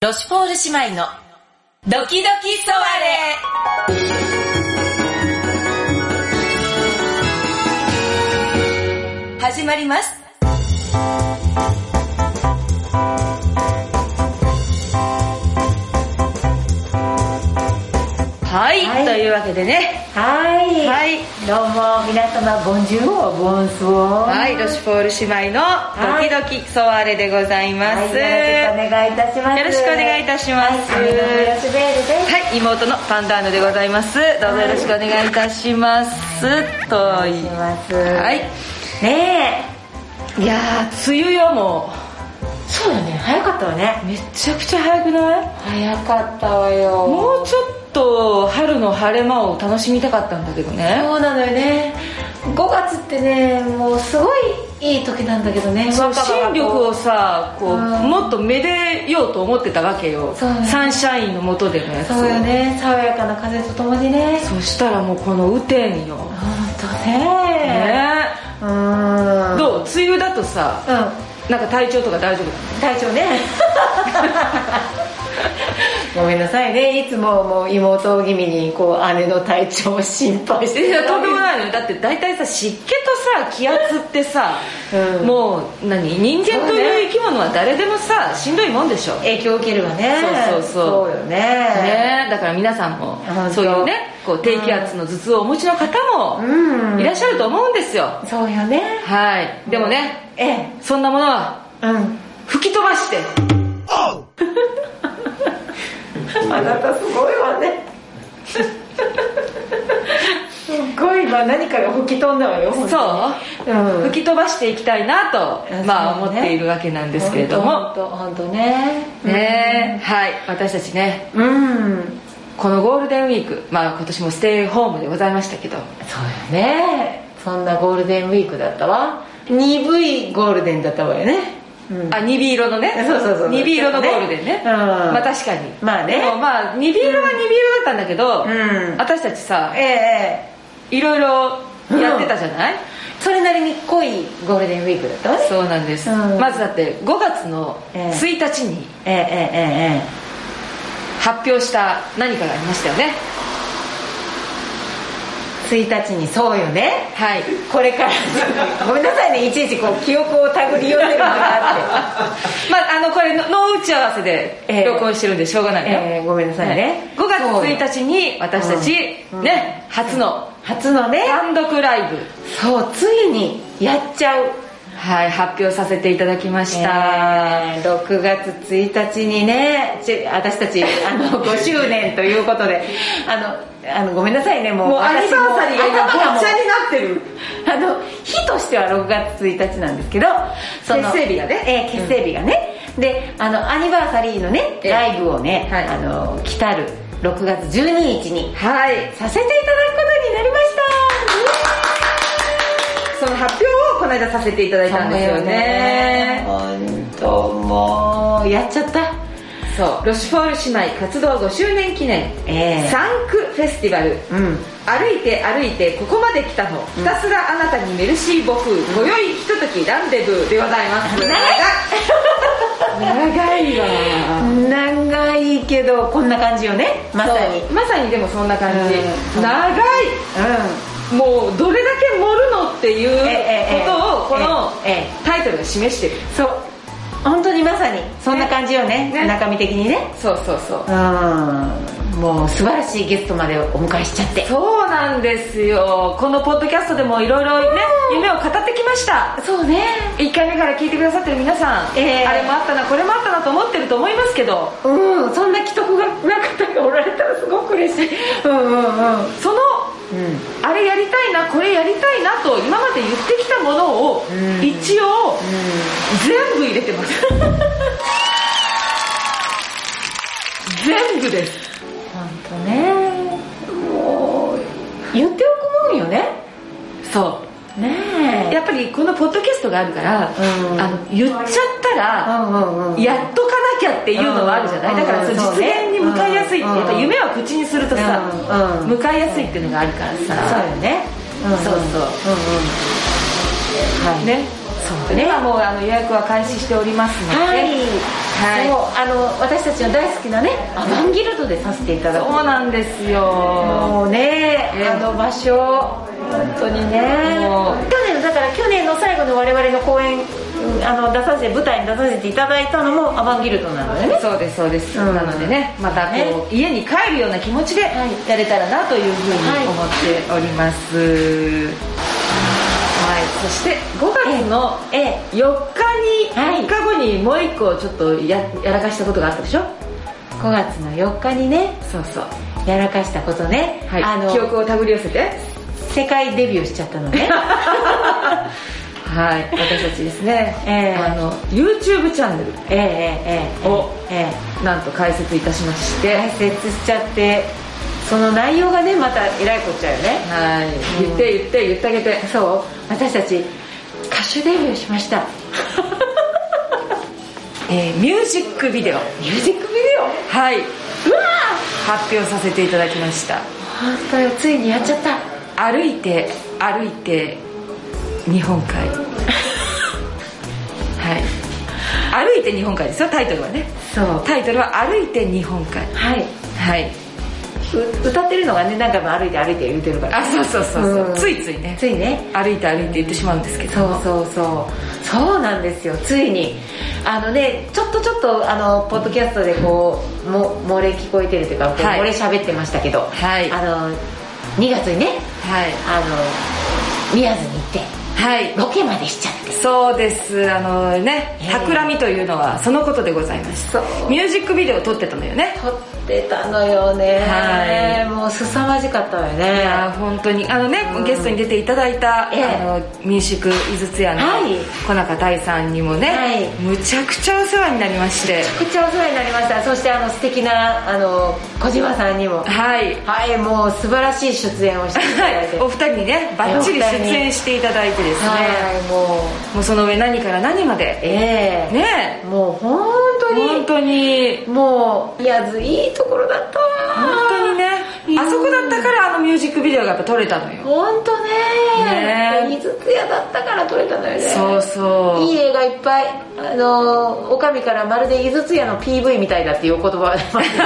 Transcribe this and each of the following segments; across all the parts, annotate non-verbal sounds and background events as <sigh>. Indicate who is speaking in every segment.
Speaker 1: ロシュポール姉妹のドキドキソワレ始まりますはい、
Speaker 2: はい
Speaker 1: というわけでね
Speaker 2: はい、
Speaker 1: はい
Speaker 2: どうも皆様ボンジュールボンスを
Speaker 1: はいロシュポール姉妹のドキドキソワレでございます、
Speaker 2: はい、よろしくお願いいたします
Speaker 1: よろしくお願いいたします
Speaker 2: はい、上野のロスベールです、
Speaker 1: はい、妹のパンダーノでございます。どうぞよろしくお願いいたします。と
Speaker 2: お願い
Speaker 1: い
Speaker 2: します
Speaker 1: はい。
Speaker 2: ね
Speaker 1: いやー、梅雨よ、も
Speaker 2: えそうだね早かったわね
Speaker 1: う。めちゃくちゃ早くない
Speaker 2: 早かったわよ
Speaker 1: もうちょっと春の晴れ間を楽しみたかったんだけどね。
Speaker 2: そうなのよね5月ってねもうすごいいい時なんだけどね
Speaker 1: そう
Speaker 2: 若葉
Speaker 1: 新
Speaker 2: がこう
Speaker 1: 緑をさこう、
Speaker 2: うん
Speaker 1: もっとめでようと思ってたわけよ、
Speaker 2: そうね
Speaker 1: サンシャインの下でのやつを
Speaker 2: そうよね爽やかな風とともにね
Speaker 1: そしたらもうこの雨天よ、
Speaker 2: 本当ね
Speaker 1: ね
Speaker 2: うーん
Speaker 1: どう梅雨だとさ
Speaker 2: うん
Speaker 1: なんか体調とか大丈夫
Speaker 2: 体調ねごめんなさいねいつももう妹気味にこう姉の体調を心配して
Speaker 1: いやとんでも
Speaker 2: い
Speaker 1: ないのよだって大体さ湿気とさ気圧ってさ、
Speaker 2: うん
Speaker 1: もう何人間という生き物は誰でもさしんどいもんでしょね
Speaker 2: 影響を受けるわね
Speaker 1: そうそうそう
Speaker 2: そうよね
Speaker 1: だから皆さんも
Speaker 2: 本当
Speaker 1: そういうねこう低気圧の頭痛をお持ちの方
Speaker 2: う
Speaker 1: も
Speaker 2: ん
Speaker 1: いらっしゃると思うんですよ、
Speaker 2: そうよね
Speaker 1: はいでもね
Speaker 2: ええ
Speaker 1: そんなものは
Speaker 2: うん
Speaker 1: 吹き飛ばして
Speaker 2: あなたすごいわねすっごい今何かが吹き飛んだわよ本
Speaker 1: そ
Speaker 2: 当
Speaker 1: う、
Speaker 2: うん
Speaker 1: 吹き飛ばしていきたいなと、
Speaker 2: うん
Speaker 1: まあ
Speaker 2: そうね
Speaker 1: 思っているわけなんですけれども
Speaker 2: 本当本当ね
Speaker 1: ねはい私たちね
Speaker 2: うん
Speaker 1: このゴールデンウィーク、まあ、今年もステイホームでございましたけど
Speaker 2: そうよねそんなゴールデンウィークだったわ鈍いゴールデンだったわよね、うん
Speaker 1: あ、鈍色のね。
Speaker 2: そうそうそう
Speaker 1: 鈍色のゴールデンね。
Speaker 2: うん
Speaker 1: まあ確かに。
Speaker 2: まあね
Speaker 1: でもまあ、鈍色は鈍色だったんだけど、
Speaker 2: うん
Speaker 1: 私たちさ、
Speaker 2: ええ
Speaker 1: いろいろやってたじゃない、
Speaker 2: それなりに濃いゴールデンウィークだったわね
Speaker 1: そうなんです、
Speaker 2: うん
Speaker 1: まずだって5月の
Speaker 2: ええ
Speaker 1: 1日に
Speaker 2: えええええ
Speaker 1: 発表した何かがありましたよね。
Speaker 2: え1日にそうよね
Speaker 1: はい。
Speaker 2: これから
Speaker 1: <laughs>
Speaker 2: ごめんなさいねいちいちこう記憶を手繰り寄せるのがあって
Speaker 1: まあ、あの、これ、の脳打ち合わせ
Speaker 2: え
Speaker 1: で
Speaker 2: え
Speaker 1: 録音してるんでしょうがない <laughs> よ。
Speaker 2: ええごめんなさいね
Speaker 1: 5月1日に私たち、
Speaker 2: うん
Speaker 1: ね、初の
Speaker 2: 初のね
Speaker 1: 単独ライブ、
Speaker 2: そうついにやっちゃう
Speaker 1: はい、発表させていただきました。
Speaker 2: えー6月1日にねち私たちあの5周年ということであのあのごめんなさいねもう
Speaker 1: もうアニバーサリーが今
Speaker 2: 私も頭
Speaker 1: ごっちゃになって
Speaker 2: もう
Speaker 1: る
Speaker 2: あの日としては6月1日なんですけど
Speaker 1: 結成日がね
Speaker 2: ね、えー結成日がね、であのアニバーサリーのね
Speaker 1: ええ
Speaker 2: ライブをね、
Speaker 1: はい
Speaker 2: あの来たる6月12日に
Speaker 1: はい。
Speaker 2: させていただくことになりました
Speaker 1: その発表をこの間させていただいたんですよね
Speaker 2: 本当もうやっちゃった
Speaker 1: そうロシュフォール姉妹活動5周年記念、
Speaker 2: ええ
Speaker 1: サンクフェスティバル
Speaker 2: うん
Speaker 1: 歩いて歩いてここまで来たのひたすらあなたにメルシー僕、ごよいひとときランデブーでございます
Speaker 2: 長い
Speaker 1: 長いわ
Speaker 2: 長いけどこんな感じよねまさにう
Speaker 1: <laughs> そうまさにでもそんな感じ、
Speaker 2: うん
Speaker 1: 長いもうどれだけ盛るのっていう
Speaker 2: ええええ
Speaker 1: ことをこの
Speaker 2: えええ
Speaker 1: タイトルが示してる
Speaker 2: んそう本当にまさにそんな感じよね
Speaker 1: ねね
Speaker 2: 中身的にね
Speaker 1: そうそうそう
Speaker 2: うんもう素晴らしいゲストまでお迎えしちゃって
Speaker 1: そうなんですよこのポッドキャストでもいろいろね夢を語ってきました
Speaker 2: そうね
Speaker 1: 1回目から聞いてくださってる皆さん、
Speaker 2: ええ
Speaker 1: あれもあったなこれもあったなと思ってると思いますけど
Speaker 2: うんそんな既得がな方がおられたらすごく嬉しいうんうんうん
Speaker 1: その
Speaker 2: うん
Speaker 1: あれやりたいなこれやりたいなと今まで言ってきたものを
Speaker 2: うん
Speaker 1: 一応全部入れてます全部です
Speaker 2: 本当ねもう言っておくもんよね
Speaker 1: そ
Speaker 2: ね
Speaker 1: う
Speaker 2: え
Speaker 1: やっぱりこのポッドキャストがあるから、
Speaker 2: うん
Speaker 1: あの言っちゃったら、
Speaker 2: うんうんうん
Speaker 1: やっとかなきゃっていうのはあるじゃない、
Speaker 2: うん
Speaker 1: だからそう
Speaker 2: そう
Speaker 1: 実
Speaker 2: ね
Speaker 1: 現に向かいやすいって、
Speaker 2: うん
Speaker 1: やっぱ夢は口にするとさ、
Speaker 2: うんうん
Speaker 1: 向かいやすいっていうのがあるから
Speaker 2: そう
Speaker 1: さ、
Speaker 2: よね、
Speaker 1: そうそう
Speaker 2: うんうんはい
Speaker 1: ねそうね今もうあの予約は開始しておりますので、はい
Speaker 2: そうあの私たちの大好きなねアバンギルドでさせていただく
Speaker 1: そうなんですよ
Speaker 2: もうね、
Speaker 1: ええ
Speaker 2: あの場所本当にね
Speaker 1: もう
Speaker 2: 去年のだから去年の最後の我々の公演うんあの出させて舞台に出させていただいたのもアバンギルドなのでね
Speaker 1: そうですそうです、
Speaker 2: うん
Speaker 1: なのでねまたこう、
Speaker 2: ね
Speaker 1: 家に帰るような気持ちで
Speaker 2: はい
Speaker 1: やれたらなというふうに思っております、はいそして5月の
Speaker 2: ええ
Speaker 1: 4日に、
Speaker 2: はい
Speaker 1: 4日後にもう一個ちょっとややらかしたことがあったでしょ
Speaker 2: 5月の4日にね
Speaker 1: そうそう、
Speaker 2: やらかしたことね、
Speaker 1: はい、
Speaker 2: あの
Speaker 1: 記憶を手繰り寄せて
Speaker 2: 世界デビューしちゃったの <laughs> ね
Speaker 1: はい私たちですね、
Speaker 2: ええ
Speaker 1: あの YouTube チャンネ
Speaker 2: ええええええ
Speaker 1: お
Speaker 2: ええ
Speaker 1: ルなんと開設いたしまして、
Speaker 2: 解説しちゃってその内容がねまたえらいこっちゃよね
Speaker 1: はい、言って言って言ってあげて
Speaker 2: そう私たち歌手デビューしました
Speaker 1: えーミュージックビデオ
Speaker 2: ミュージックビデオ
Speaker 1: はいう
Speaker 2: わ
Speaker 1: 発表させていただきました
Speaker 2: ー本当よついにやっちゃった
Speaker 1: 歩いて歩いて日本
Speaker 2: <laughs>
Speaker 1: 海はい歩いて日本海ですよタイトルはね
Speaker 2: そう
Speaker 1: タイトルは歩いて日本海
Speaker 2: は
Speaker 1: はい
Speaker 2: いう歌ってるのがねなんかもう歩いて歩いて言うてるから
Speaker 1: あそうそうそうそう
Speaker 2: うん
Speaker 1: ついついね
Speaker 2: ついね
Speaker 1: 歩いて歩いて言ってしまうんですけど
Speaker 2: そうそうそうそうなんですよついにあのねちょっとちょっとあのポッドキャストでこうも漏れ聞こえてるというかこう
Speaker 1: はい
Speaker 2: 漏れ喋ってましたけど、
Speaker 1: はい
Speaker 2: あの2月にね
Speaker 1: はい
Speaker 2: あの宮津に行って
Speaker 1: はい
Speaker 2: ロケまでしちゃって
Speaker 1: そうですあのね
Speaker 2: ええ
Speaker 1: 企みというのはそのことでございまし
Speaker 2: そ
Speaker 1: た
Speaker 2: う
Speaker 1: ミュージックビデオを撮ってたのよね
Speaker 2: 撮ってたのよね、
Speaker 1: はい
Speaker 2: もう凄まじかったわよね
Speaker 1: いやー本当にあのね、ゲストに出ていただいた、
Speaker 2: ええ
Speaker 1: あの民宿井筒屋の
Speaker 2: はい
Speaker 1: 小中大さんにもね、
Speaker 2: はい
Speaker 1: むちゃくちゃお世話になりまして
Speaker 2: めちゃくちゃお世話になりましたそしてあの素敵なあの小島さんにも
Speaker 1: はい
Speaker 2: はいもう素晴らしい出演をしていただい
Speaker 1: <laughs>
Speaker 2: て
Speaker 1: お二人にねバッチリ出演していただいてですね、
Speaker 2: はいも
Speaker 1: もうその上何から何ま
Speaker 2: う
Speaker 1: で
Speaker 2: ええ
Speaker 1: ね
Speaker 2: もう本当に
Speaker 1: 本当に
Speaker 2: もう宮津いいところだった
Speaker 1: 本
Speaker 2: わ
Speaker 1: 当にね
Speaker 2: うん
Speaker 1: あそこだったからあのミュージックビデオがやっぱ撮れたのよ
Speaker 2: 本当ね
Speaker 1: ねえ
Speaker 2: 水津屋だったから撮れたのよね
Speaker 1: そうそう
Speaker 2: いい映画いっぱいあのおかみからまるで井筒屋の PV みたいだっていうお言葉
Speaker 1: <laughs> <laughs>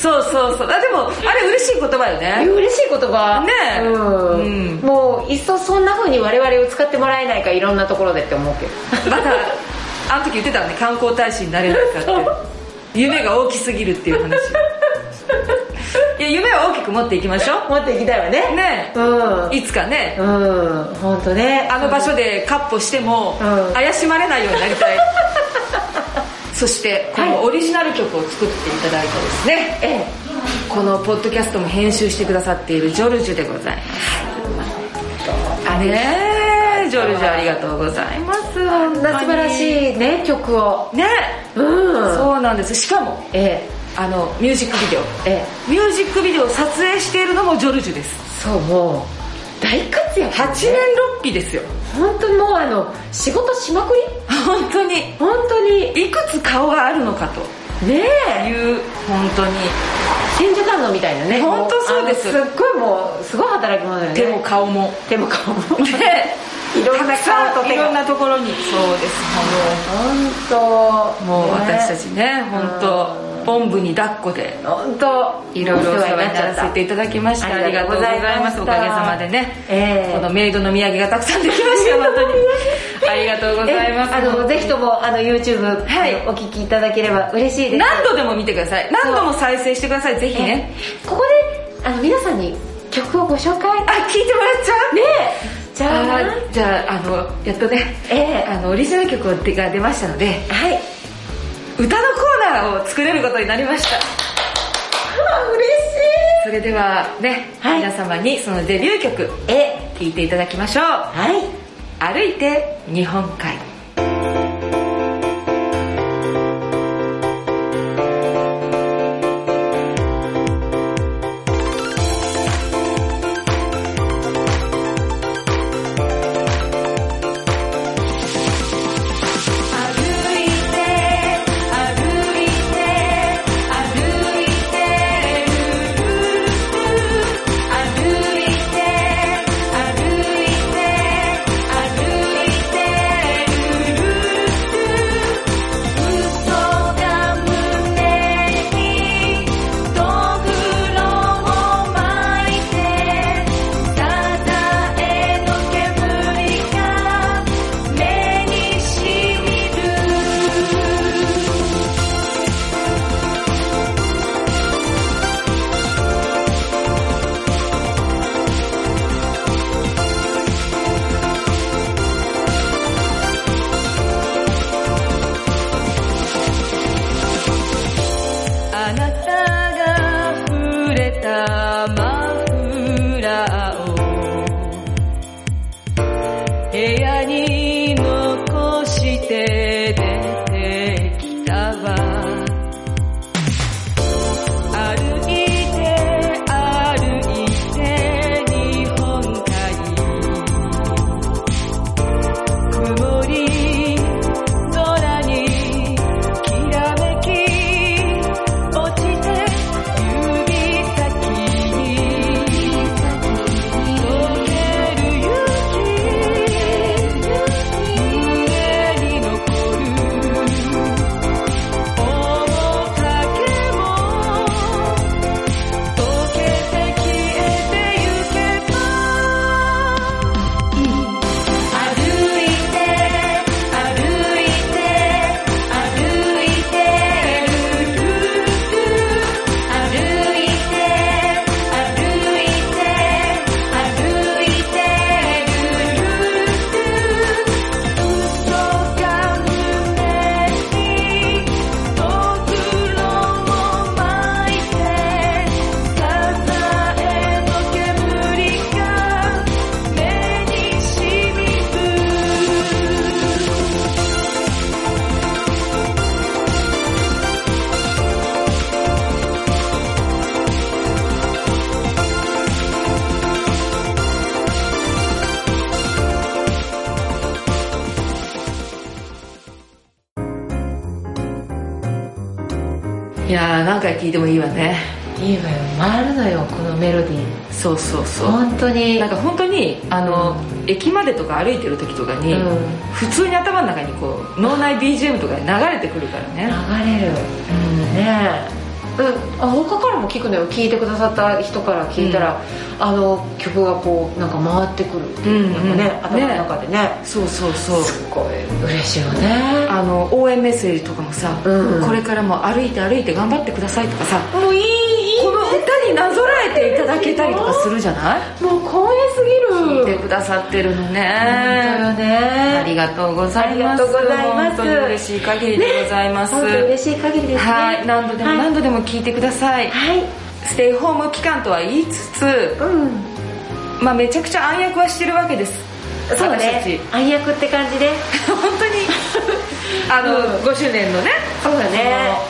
Speaker 1: そうそうそうあでもあれ嬉しい言葉よね
Speaker 2: 嬉しい言葉
Speaker 1: ねえ
Speaker 2: うん
Speaker 1: うん
Speaker 2: もういっそそんな風に我々を使ってもらえないかいろんなところでって思うけど
Speaker 1: またあの時言ってたのね観光大使になれないかって夢が大きすぎるっていう話いや夢を大きく持っていきましょ
Speaker 2: <laughs> 持っていきたいわ
Speaker 1: う
Speaker 2: ね
Speaker 1: ね
Speaker 2: うん
Speaker 1: いつかね
Speaker 2: うん本当ね
Speaker 1: あの場所でカッポしても
Speaker 2: うん
Speaker 1: 怪しまれないようになりたいそしてこのオリジナル曲を作っていただいたですね
Speaker 2: ええ
Speaker 1: このポッドキャストも編集してくださっているジョルジュでございますあれジョルジュありがとうございます
Speaker 2: こんな素晴らし
Speaker 1: い
Speaker 2: いね曲を
Speaker 1: ね
Speaker 2: うん
Speaker 1: そうなんですしかも
Speaker 2: え
Speaker 1: あのミュージックビデオ
Speaker 2: ええ
Speaker 1: ミュージックビデオを撮影しているのもジョルジュです
Speaker 2: えそうもう大活躍
Speaker 1: 8年6期ですよ
Speaker 2: 本当にもうあの仕事しまくり
Speaker 1: 本当に
Speaker 2: 本当に
Speaker 1: いくつ顔があるのかと
Speaker 2: ねえ
Speaker 1: いう本当に
Speaker 2: 千手観音みたいなね
Speaker 1: 本当そうです
Speaker 2: もうあのすっごいもうすごい働き者だよね
Speaker 1: 手も顔も
Speaker 2: 手も顔も
Speaker 1: で
Speaker 2: いろんな
Speaker 1: さ
Speaker 2: 顔と
Speaker 1: あ <laughs> い
Speaker 2: 手
Speaker 1: ろん
Speaker 2: が
Speaker 1: なところにそうです
Speaker 2: 本当
Speaker 1: もうもう私たち
Speaker 2: ね
Speaker 1: ね本当おんぶに抱っこで
Speaker 2: 本当
Speaker 1: いろいろお
Speaker 2: お
Speaker 1: 世話
Speaker 2: 世話
Speaker 1: に
Speaker 2: に
Speaker 1: なっ
Speaker 2: なっ
Speaker 1: ち
Speaker 2: ち
Speaker 1: ゃっ
Speaker 2: ゃったた
Speaker 1: せていただきましたありがとうございますおかげさまでね、
Speaker 2: ええ
Speaker 1: このメイドの土産がたくさんできました本 <laughs> 当にありがとうございます
Speaker 2: えあのぜひともあの YouTube、
Speaker 1: はい
Speaker 2: あのお聞きいただければ嬉しいです
Speaker 1: 何度でも見てください何度も再生してくださいぜひね
Speaker 2: えここであの皆さんに曲をご紹介
Speaker 1: あ聞いてもらっちゃう
Speaker 2: ねえじゃあ
Speaker 1: あーじゃああのやっとね
Speaker 2: ええ
Speaker 1: あのオリジナル曲が出ましたので
Speaker 2: はい
Speaker 1: 歌のコーナーを作れることになりました
Speaker 2: あ嬉
Speaker 1: それではね、
Speaker 2: はい
Speaker 1: 皆様にそのデビュー曲
Speaker 2: しいえ
Speaker 1: 聴いていただきましょう
Speaker 2: はい
Speaker 1: 歩いて日本海歩いて歩いて歩いて歩いてる歩いて歩いて歩いていやー何回聞いてもいいわね
Speaker 2: いいわよ回るのよこのメロディー
Speaker 1: そうそうそう
Speaker 2: 本当に
Speaker 1: なんか本当にあの、駅までとか歩いてる時とかに、
Speaker 2: うん
Speaker 1: 普通に頭の中にこう脳内 BGM とか流れてくるからね、
Speaker 2: 流れるねえうん、あ他からも聞くのよ聞いてくださった人から聞いたら、あの曲がこうなんか回ってくるっていう、
Speaker 1: うんうん
Speaker 2: なんかね頭の中でね
Speaker 1: そうそうそう
Speaker 2: すっごい嬉しいよね
Speaker 1: あの応援メッセージとかもさ、
Speaker 2: うん
Speaker 1: これからも歩いて歩いて頑張ってくださいとかさ
Speaker 2: もういいいい
Speaker 1: この歌になぞらえていただけたりとかするじゃない
Speaker 2: もう光栄
Speaker 1: 聞い
Speaker 2: すぎ
Speaker 1: て
Speaker 2: る
Speaker 1: くださってるの
Speaker 2: 本当よ
Speaker 1: ねあり
Speaker 2: ね
Speaker 1: がとうございます
Speaker 2: ありがとうござい
Speaker 1: 本
Speaker 2: ます
Speaker 1: 当に嬉しい限りでございます、
Speaker 2: 本当に嬉しい限りですね
Speaker 1: はい何度でも
Speaker 2: はい
Speaker 1: 何度でも聞いてください、
Speaker 2: はい、
Speaker 1: ステイホーム期間とは言いつつ、
Speaker 2: うん
Speaker 1: まあ、めちゃくちゃ暗躍はしてるわけです
Speaker 2: そう
Speaker 1: 私たち
Speaker 2: ね暗躍って感じで
Speaker 1: 本当にあの、
Speaker 2: うん
Speaker 1: 5周年のね
Speaker 2: そうだね
Speaker 1: そ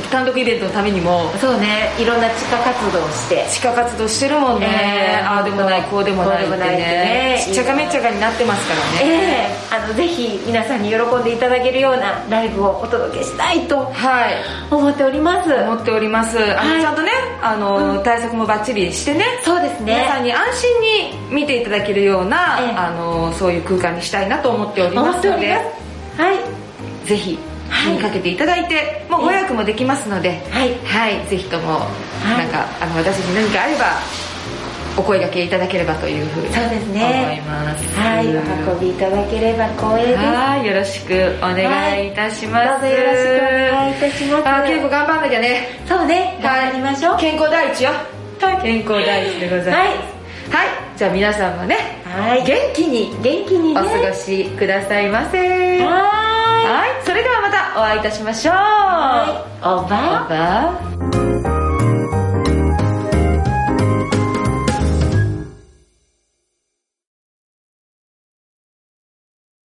Speaker 1: の単独イベントのためにも
Speaker 2: そうねいろんな地下活動をして
Speaker 1: 地下活動してるもんね、
Speaker 2: えー
Speaker 1: ああでもないこうでもないって
Speaker 2: こうでもないって
Speaker 1: ね
Speaker 2: ね
Speaker 1: ちっちゃかめっちゃかになってますからね、
Speaker 2: ええあのぜひ皆さんに喜んでいただけるようなライブをお届けしたいと
Speaker 1: はい
Speaker 2: 思っております
Speaker 1: 思っておりますあの、
Speaker 2: はい
Speaker 1: ちゃんとねあの、対策もバッチリしてね
Speaker 2: そうですね
Speaker 1: 皆さんに安心に見ていただけるような、
Speaker 2: ええ
Speaker 1: あのそういう空間にしたいなと思っております
Speaker 2: 思
Speaker 1: の
Speaker 2: って
Speaker 1: で
Speaker 2: おりますはい
Speaker 1: ぜひ
Speaker 2: は
Speaker 1: 気
Speaker 2: い
Speaker 1: にかけていただいて、もうご予約もできますので、
Speaker 2: はい
Speaker 1: はい、ぜひとも、
Speaker 2: い
Speaker 1: なんかあの私たちに何かあればお声掛けいただければというふうに思
Speaker 2: そうです
Speaker 1: い
Speaker 2: ね
Speaker 1: ます。
Speaker 2: はいお運びいただければ光栄です
Speaker 1: はい、よろしくお願いいたします。
Speaker 2: どうぞよろしくお願いいたします
Speaker 1: あ、稽古頑張んなきゃね。
Speaker 2: そうね頑張りましょう
Speaker 1: 健康第一よ。健康第一でございます。
Speaker 2: はい
Speaker 1: はい、じゃあ皆さんもね、
Speaker 2: はい
Speaker 1: 元気に
Speaker 2: 元気に
Speaker 1: お
Speaker 2: ね
Speaker 1: 過ごしくださいませ。
Speaker 2: は
Speaker 1: はい、それではまたお会いいたしましょう。
Speaker 2: ーいおば
Speaker 1: 好吧。